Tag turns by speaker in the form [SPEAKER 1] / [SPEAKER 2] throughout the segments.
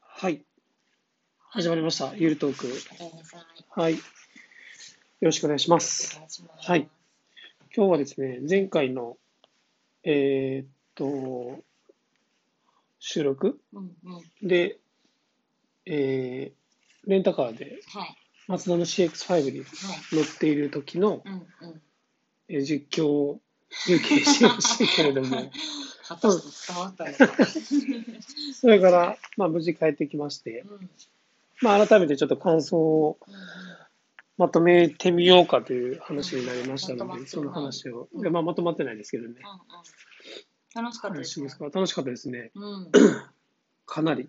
[SPEAKER 1] はい。始まりました。ゆるトーク。
[SPEAKER 2] ごめんなさい。
[SPEAKER 1] はい。よろしくお願いします
[SPEAKER 2] お。願いします。
[SPEAKER 1] はい。今日はですね、前回の、えーっと、収録
[SPEAKER 2] うんうん。はい。
[SPEAKER 1] で、えーレンタカーで、
[SPEAKER 2] はい。
[SPEAKER 1] マツダの CX5 に乗っている時の
[SPEAKER 2] うんうん。
[SPEAKER 1] えー実況を中継してほしいけれども、
[SPEAKER 2] 果たして伝わったのか。
[SPEAKER 1] それから、まあ、無事帰ってきまして
[SPEAKER 2] う、んうん
[SPEAKER 1] まあ、改めてちょっと感想をまとめてみようかという話になりましたの
[SPEAKER 2] まとまっ
[SPEAKER 1] で、
[SPEAKER 2] てない
[SPEAKER 1] その話を、
[SPEAKER 2] うん
[SPEAKER 1] いやまあ、まとまってないですけどね、
[SPEAKER 2] うん。楽しかったで
[SPEAKER 1] 話
[SPEAKER 2] す
[SPEAKER 1] で
[SPEAKER 2] ね
[SPEAKER 1] す。から楽しかったですね、
[SPEAKER 2] うん。はい。も
[SPEAKER 1] かなり。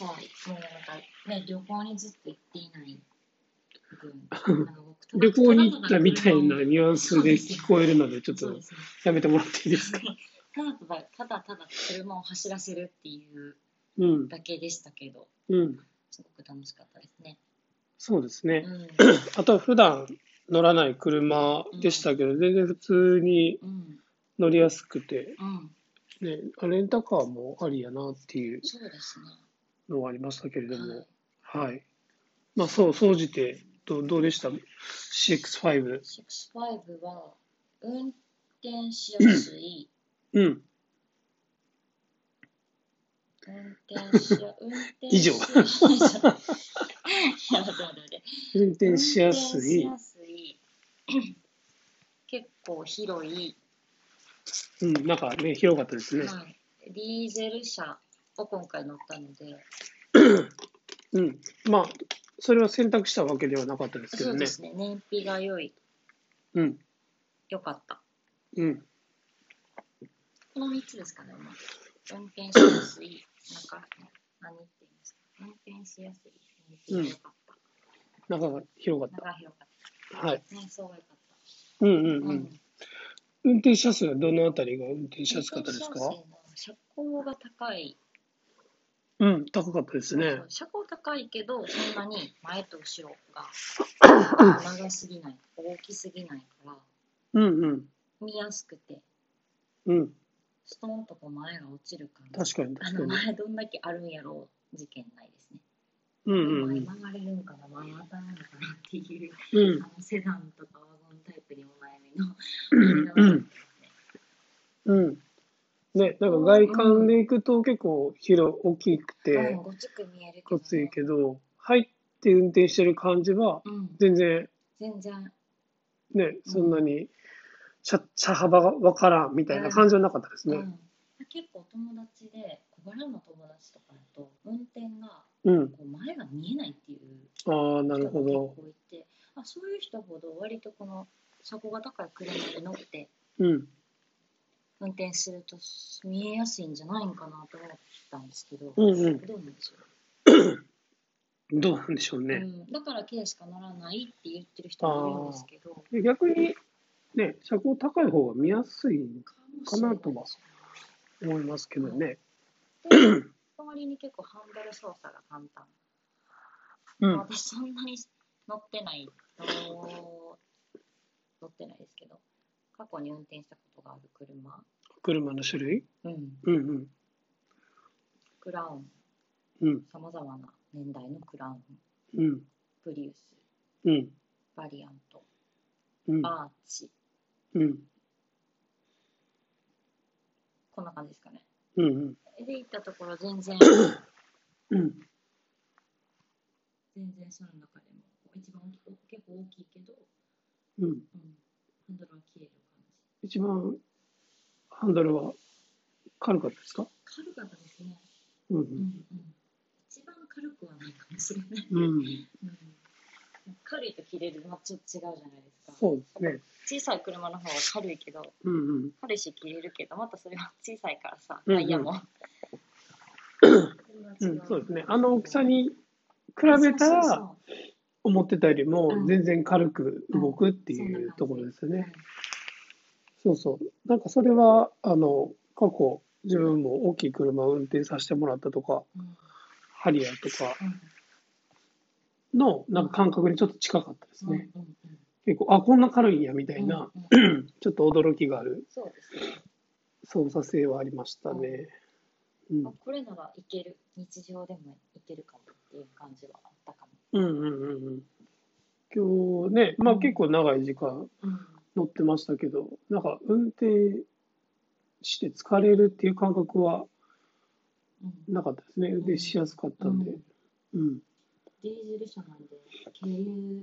[SPEAKER 2] うなんかね旅行にずっと行っていない分。なんか僕
[SPEAKER 1] 旅行に行ったみたいな。ニュアンスで聞こえるので、ちょっ
[SPEAKER 2] そう
[SPEAKER 1] と
[SPEAKER 2] ですね。
[SPEAKER 1] やめてもらっていいですか。
[SPEAKER 2] ただただただただ車を走らせるっていう
[SPEAKER 1] うん、
[SPEAKER 2] だけでしたけど、
[SPEAKER 1] うん、
[SPEAKER 2] すごく楽しかったですね。
[SPEAKER 1] そうです
[SPEAKER 2] う
[SPEAKER 1] ね。
[SPEAKER 2] ん
[SPEAKER 1] あと、普段乗らない車でしたけど、全然普通に
[SPEAKER 2] うん
[SPEAKER 1] 乗りやすくて、
[SPEAKER 2] うん。
[SPEAKER 1] ね、あレンタカーもありやなっていう
[SPEAKER 2] そうですね。
[SPEAKER 1] のはありましたけれど
[SPEAKER 2] は
[SPEAKER 1] も
[SPEAKER 2] い、
[SPEAKER 1] はい。まあ、そう、総じて、どうどうでした ?CX5。
[SPEAKER 2] 6-5は運転しやす い、
[SPEAKER 1] うん。
[SPEAKER 2] 運転しや、運転
[SPEAKER 1] 以上
[SPEAKER 2] しやすい。いや、待って待って待って
[SPEAKER 1] 運転しやすい
[SPEAKER 2] 運転し。やすい結構広い、
[SPEAKER 1] うん、なんかね、広かったですね。
[SPEAKER 2] はい、ディーゼル車を今回乗ったので、
[SPEAKER 1] うん。まあ、それは選択したわけではなかったですけど
[SPEAKER 2] そうで
[SPEAKER 1] ね。
[SPEAKER 2] すね、燃費が良い、
[SPEAKER 1] うん。
[SPEAKER 2] 良かった。
[SPEAKER 1] うん。
[SPEAKER 2] この3つですかね、まず運転しやすい、なんか、何って言いました運転しやすい、燃費が良かった。
[SPEAKER 1] 中が広かっ。
[SPEAKER 2] 長広かった
[SPEAKER 1] はい。
[SPEAKER 2] た。ね、そう良かった。
[SPEAKER 1] うんうんうん。運転しやすいはどのあたりが運転しやすかったですか
[SPEAKER 2] 車高が高い。
[SPEAKER 1] うん、高かったですね。
[SPEAKER 2] 車高高いけど、そんなに前と後ろが長すぎない、大きすぎないから、
[SPEAKER 1] うんうん。
[SPEAKER 2] 見やすくて、
[SPEAKER 1] うん。
[SPEAKER 2] ストンとこう前が落ちるから、
[SPEAKER 1] 確かに
[SPEAKER 2] あ
[SPEAKER 1] 確か
[SPEAKER 2] の
[SPEAKER 1] に。
[SPEAKER 2] 前どんだけあるんやろう事件ないですね。
[SPEAKER 1] うんうんう
[SPEAKER 2] 前
[SPEAKER 1] ん。
[SPEAKER 2] 曲がれるんかな、前当たらんのかなっていう、
[SPEAKER 1] うん
[SPEAKER 2] あのセダンとかワゴンタイプにお悩みの、
[SPEAKER 1] うんうんうん。ね、なんか外観で行くと結構広、大きく
[SPEAKER 2] うん
[SPEAKER 1] て、
[SPEAKER 2] ごつく見えるけ
[SPEAKER 1] ご
[SPEAKER 2] ど、
[SPEAKER 1] ついけど、入って運転してる感じは、
[SPEAKER 2] うん、
[SPEAKER 1] 全然
[SPEAKER 2] 全然
[SPEAKER 1] ね、そんなに車車幅がわからんみたいな感じはなかったです
[SPEAKER 2] う
[SPEAKER 1] ね。
[SPEAKER 2] ん、結構友達で小柄の友達とかだと運転が
[SPEAKER 1] うん。
[SPEAKER 2] こう前が見えないっていう
[SPEAKER 1] ああ、なる
[SPEAKER 2] 人が
[SPEAKER 1] ほど
[SPEAKER 2] 結構。いてあそういう人ほど割とこの車高が高い車に乗って
[SPEAKER 1] うん。
[SPEAKER 2] 運転すると見えやすいんじゃないんかなと思ったんですけど、
[SPEAKER 1] うんうん。
[SPEAKER 2] どうなんでしょ
[SPEAKER 1] どうなんでしょう
[SPEAKER 2] う、う
[SPEAKER 1] ね。
[SPEAKER 2] ん、だから軽しか乗らないって言ってる人もいるんですけど
[SPEAKER 1] で逆に、ね、車高高い方が見やすい
[SPEAKER 2] もしれいです
[SPEAKER 1] かなと はと思いますけどね。
[SPEAKER 2] で代わりに結構ハンドル操作が簡単
[SPEAKER 1] うん。
[SPEAKER 2] 私そんなに乗ってないと乗ってないですけど過去に運転したことがある車
[SPEAKER 1] 車の種類
[SPEAKER 2] うん
[SPEAKER 1] うんうん。
[SPEAKER 2] クラウン
[SPEAKER 1] うん。
[SPEAKER 2] さまざまな年代のクラウン
[SPEAKER 1] うん。
[SPEAKER 2] プリウス
[SPEAKER 1] うん。
[SPEAKER 2] バリアント
[SPEAKER 1] うん。
[SPEAKER 2] アーチ
[SPEAKER 1] うん。
[SPEAKER 2] こんな感じですかね
[SPEAKER 1] うん。
[SPEAKER 2] で行ったところ全然
[SPEAKER 1] うん。
[SPEAKER 2] 全然その中でも一番大きい結構大きいけど、
[SPEAKER 1] うん。
[SPEAKER 2] うん、ハンドルは切れる
[SPEAKER 1] 一番ハンドルは軽かったですか
[SPEAKER 2] 感じ軽かったですね
[SPEAKER 1] う
[SPEAKER 2] うん
[SPEAKER 1] ん。
[SPEAKER 2] うん一番軽くはないかもしれない、
[SPEAKER 1] うん。
[SPEAKER 2] うん、軽いと切れるのはちょっと違うじゃないですか
[SPEAKER 1] そうですね。
[SPEAKER 2] 小さい車の方が軽いけど
[SPEAKER 1] うんうん。
[SPEAKER 2] 軽いし切れるけどまたそれは小さいからさ
[SPEAKER 1] うんうん
[SPEAKER 2] タイヤも、
[SPEAKER 1] うん、そうですね。あの大きさに比べた
[SPEAKER 2] そうそう
[SPEAKER 1] ら、
[SPEAKER 2] そ
[SPEAKER 1] 思ってたより
[SPEAKER 2] う
[SPEAKER 1] も
[SPEAKER 2] ん
[SPEAKER 1] 全然軽く動くって
[SPEAKER 2] うんそん
[SPEAKER 1] い
[SPEAKER 2] な
[SPEAKER 1] う
[SPEAKER 2] 感じ
[SPEAKER 1] ところですよ
[SPEAKER 2] う
[SPEAKER 1] ね。そうそう。なんかそれは、あの、過去、自分も大きい車を運転させてもらったとか、
[SPEAKER 2] うん
[SPEAKER 1] ハリアーとか
[SPEAKER 2] うん
[SPEAKER 1] の、なんか感覚にちょっと近かったです
[SPEAKER 2] うん
[SPEAKER 1] ね。
[SPEAKER 2] うん
[SPEAKER 1] 結構、あ、こんな軽いんや、みた
[SPEAKER 2] う
[SPEAKER 1] い
[SPEAKER 2] ん
[SPEAKER 1] な、
[SPEAKER 2] うんうん
[SPEAKER 1] ちょっと驚きがある
[SPEAKER 2] そうですね
[SPEAKER 1] 操作性はありましたね。うん
[SPEAKER 2] あこれならいける日常でもいけるかもっていう感じはあったかも。
[SPEAKER 1] うんうんうんうん。今日ね、まあ結構長い時間
[SPEAKER 2] うん
[SPEAKER 1] 乗ってましたけど、なんか運転して疲れるっていう感覚は
[SPEAKER 2] うん、
[SPEAKER 1] なかったですね。運転しやすかったんで。うん。
[SPEAKER 2] ディーゼル車なんで軽油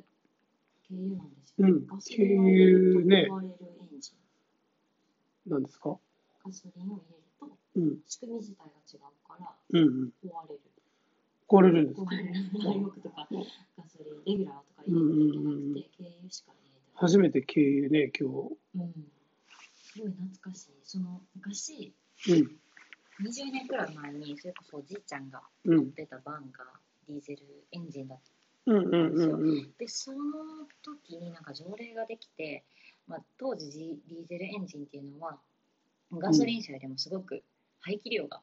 [SPEAKER 2] 軽油なんです
[SPEAKER 1] う
[SPEAKER 2] よ、
[SPEAKER 1] ん。
[SPEAKER 2] ガソ
[SPEAKER 1] 経
[SPEAKER 2] リンを入れると
[SPEAKER 1] 由ね
[SPEAKER 2] 壊、れるエンジン、
[SPEAKER 1] なんですか
[SPEAKER 2] ガソリンを入れると
[SPEAKER 1] うん。
[SPEAKER 2] 仕組み自体が違うから
[SPEAKER 1] うんうん。
[SPEAKER 2] 壊れる
[SPEAKER 1] 壊れるんです
[SPEAKER 2] 壊
[SPEAKER 1] か
[SPEAKER 2] れる火力とか
[SPEAKER 1] うん
[SPEAKER 2] ガソリンレギュラーとか入れていけ
[SPEAKER 1] う
[SPEAKER 2] な
[SPEAKER 1] んうんうんう
[SPEAKER 2] く
[SPEAKER 1] ん
[SPEAKER 2] て軽油しか入れてない
[SPEAKER 1] 初めて経由ね、今
[SPEAKER 2] うんすごい懐かしいその昔
[SPEAKER 1] 日。うん。
[SPEAKER 2] 20年くらい前にそれこそおじいちゃんが
[SPEAKER 1] う
[SPEAKER 2] 乗っ
[SPEAKER 1] ん。
[SPEAKER 2] てたバンがディーゼルエンジンだった
[SPEAKER 1] うんうんうんうん。
[SPEAKER 2] でその時になんか条例ができて、まあ、当時ディディーゼルエンジンっていうのはガソリン車よりもすごく排気量が、
[SPEAKER 1] うん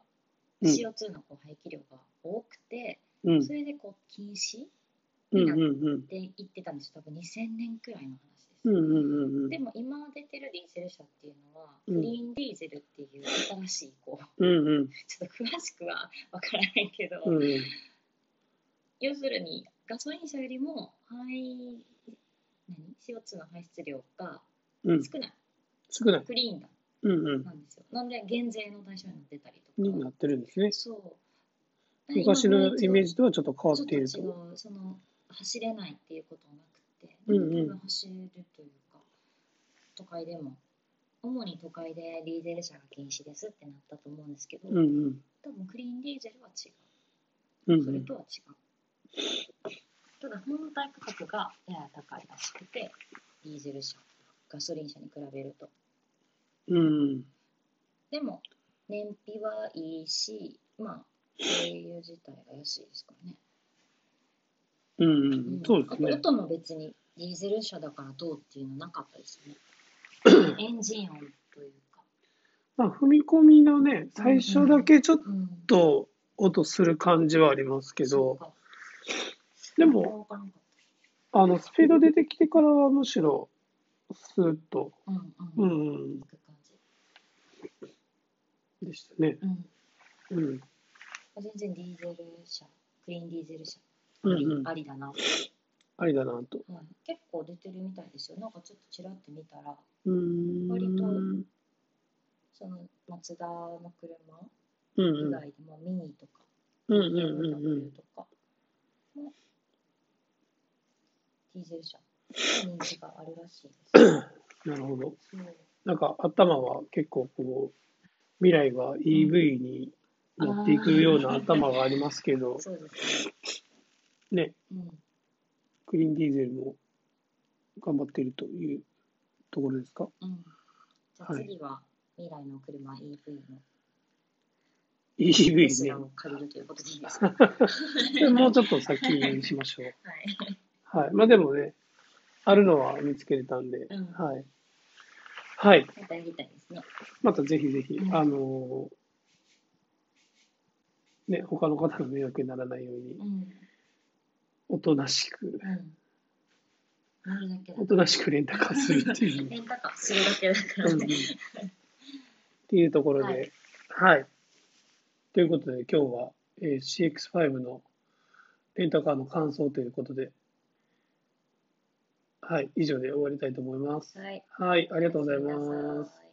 [SPEAKER 2] CO2 のこう排気量が多くて、
[SPEAKER 1] うん
[SPEAKER 2] それでこう禁止
[SPEAKER 1] うんうんうん。
[SPEAKER 2] で言ってたんですよ多分2000年くらいの話です、
[SPEAKER 1] うんうんうんうん。
[SPEAKER 2] でも今出てるディーゼル車っていうのは
[SPEAKER 1] うん
[SPEAKER 2] クリーンディーゼルっていう新しいこう
[SPEAKER 1] うんうん
[SPEAKER 2] ちょっと詳しくは分からないけど、
[SPEAKER 1] うんうん。
[SPEAKER 2] 要するにガソリン車よりも排何 CO2 の排出量が
[SPEAKER 1] うん。
[SPEAKER 2] 少ない、
[SPEAKER 1] 少ない。
[SPEAKER 2] クリーンだ
[SPEAKER 1] うんうん。
[SPEAKER 2] なんですよなんで減税の対象になってたりと
[SPEAKER 1] に
[SPEAKER 2] か
[SPEAKER 1] なってるんですね。
[SPEAKER 2] そう
[SPEAKER 1] 昔のイメー
[SPEAKER 2] ジ
[SPEAKER 1] ジとはちょっと変わっている
[SPEAKER 2] ちょっ
[SPEAKER 1] と。
[SPEAKER 2] と違うその走れないっていうことはなくて
[SPEAKER 1] うんうん
[SPEAKER 2] 多分走るというか都会でも主に都会でディーゼル車が禁止ですってなったと思うんですけど、
[SPEAKER 1] うんうん。
[SPEAKER 2] 多分クリーンディーゼルは違
[SPEAKER 1] う
[SPEAKER 2] うそれ
[SPEAKER 1] ん
[SPEAKER 2] とは違う、ただ本体価格がやや高いらしくてディーゼル車ガソリン車に比べると
[SPEAKER 1] うん。うん
[SPEAKER 2] でも燃費はいいし、まあ、軽油自体が安いですからね。
[SPEAKER 1] うんう
[SPEAKER 2] うん
[SPEAKER 1] ん。そうです
[SPEAKER 2] あと
[SPEAKER 1] ね。
[SPEAKER 2] 音も別にディーゼル車だからどうっていうのなかったですね。 エンジン音というか。
[SPEAKER 1] まあ、踏み込みのね、最初だけちょっ
[SPEAKER 2] うん。
[SPEAKER 1] と音する感じはありますけ
[SPEAKER 2] そ
[SPEAKER 1] ど、
[SPEAKER 2] っか
[SPEAKER 1] でも、
[SPEAKER 2] わからんかっ
[SPEAKER 1] あの、スピード出てきてからはむしろ、スーッと、
[SPEAKER 2] た。うんうん。
[SPEAKER 1] う
[SPEAKER 2] い
[SPEAKER 1] んうん、
[SPEAKER 2] く感じ。
[SPEAKER 1] でしたね。
[SPEAKER 2] うん。
[SPEAKER 1] うん。
[SPEAKER 2] 全然ディーゼル車、クリーンディーゼル車、
[SPEAKER 1] う
[SPEAKER 2] あ
[SPEAKER 1] ん
[SPEAKER 2] り
[SPEAKER 1] うん。
[SPEAKER 2] ありだな、はい。
[SPEAKER 1] ありだなと。
[SPEAKER 2] 結構出てるみたいですよ。なんかちょっとちらって見たら、
[SPEAKER 1] うーん。
[SPEAKER 2] 割と
[SPEAKER 1] うん
[SPEAKER 2] そのマツダの車
[SPEAKER 1] うん
[SPEAKER 2] 以
[SPEAKER 1] うん
[SPEAKER 2] 外でもミニとか、
[SPEAKER 1] うん
[SPEAKER 2] う
[SPEAKER 1] うんうん。
[SPEAKER 2] とかもディーゼル車人気があるらしいで
[SPEAKER 1] なるほど。
[SPEAKER 2] す。そう
[SPEAKER 1] なんか頭は結構こう未来は EV になっていくような頭がありますけど、
[SPEAKER 2] そうですね。
[SPEAKER 1] ね、
[SPEAKER 2] うん、
[SPEAKER 1] クリーンディーゼルも頑張っているというところですか
[SPEAKER 2] うん。じゃあ
[SPEAKER 1] はい
[SPEAKER 2] 次は未来の車 EV のテ
[SPEAKER 1] ?EV
[SPEAKER 2] ス
[SPEAKER 1] ね
[SPEAKER 2] ラ。を借りるということでいいです か。は
[SPEAKER 1] でもうちょっと先にしましょう。
[SPEAKER 2] い。
[SPEAKER 1] はい。まあでもね、あるのは見つけれたんで、
[SPEAKER 2] うん
[SPEAKER 1] はい。はい。
[SPEAKER 2] またやりたいですね。
[SPEAKER 1] またぜひぜひ
[SPEAKER 2] う、ん
[SPEAKER 1] あのーね、他の方の迷惑にならないように
[SPEAKER 2] う、ん。
[SPEAKER 1] おとなしく、
[SPEAKER 2] うん。なるだけだ
[SPEAKER 1] お。となしくレンタカーするっていう。
[SPEAKER 2] レンタカーするだけだから
[SPEAKER 1] うん
[SPEAKER 2] ね。
[SPEAKER 1] っていうところで、はい。ということで、今日は、えー CX5 のレンタカーの感想ということで、はい、以上で終わりたいと思います。
[SPEAKER 2] はい。
[SPEAKER 1] はい、あ
[SPEAKER 2] あ
[SPEAKER 1] りがとうございます。。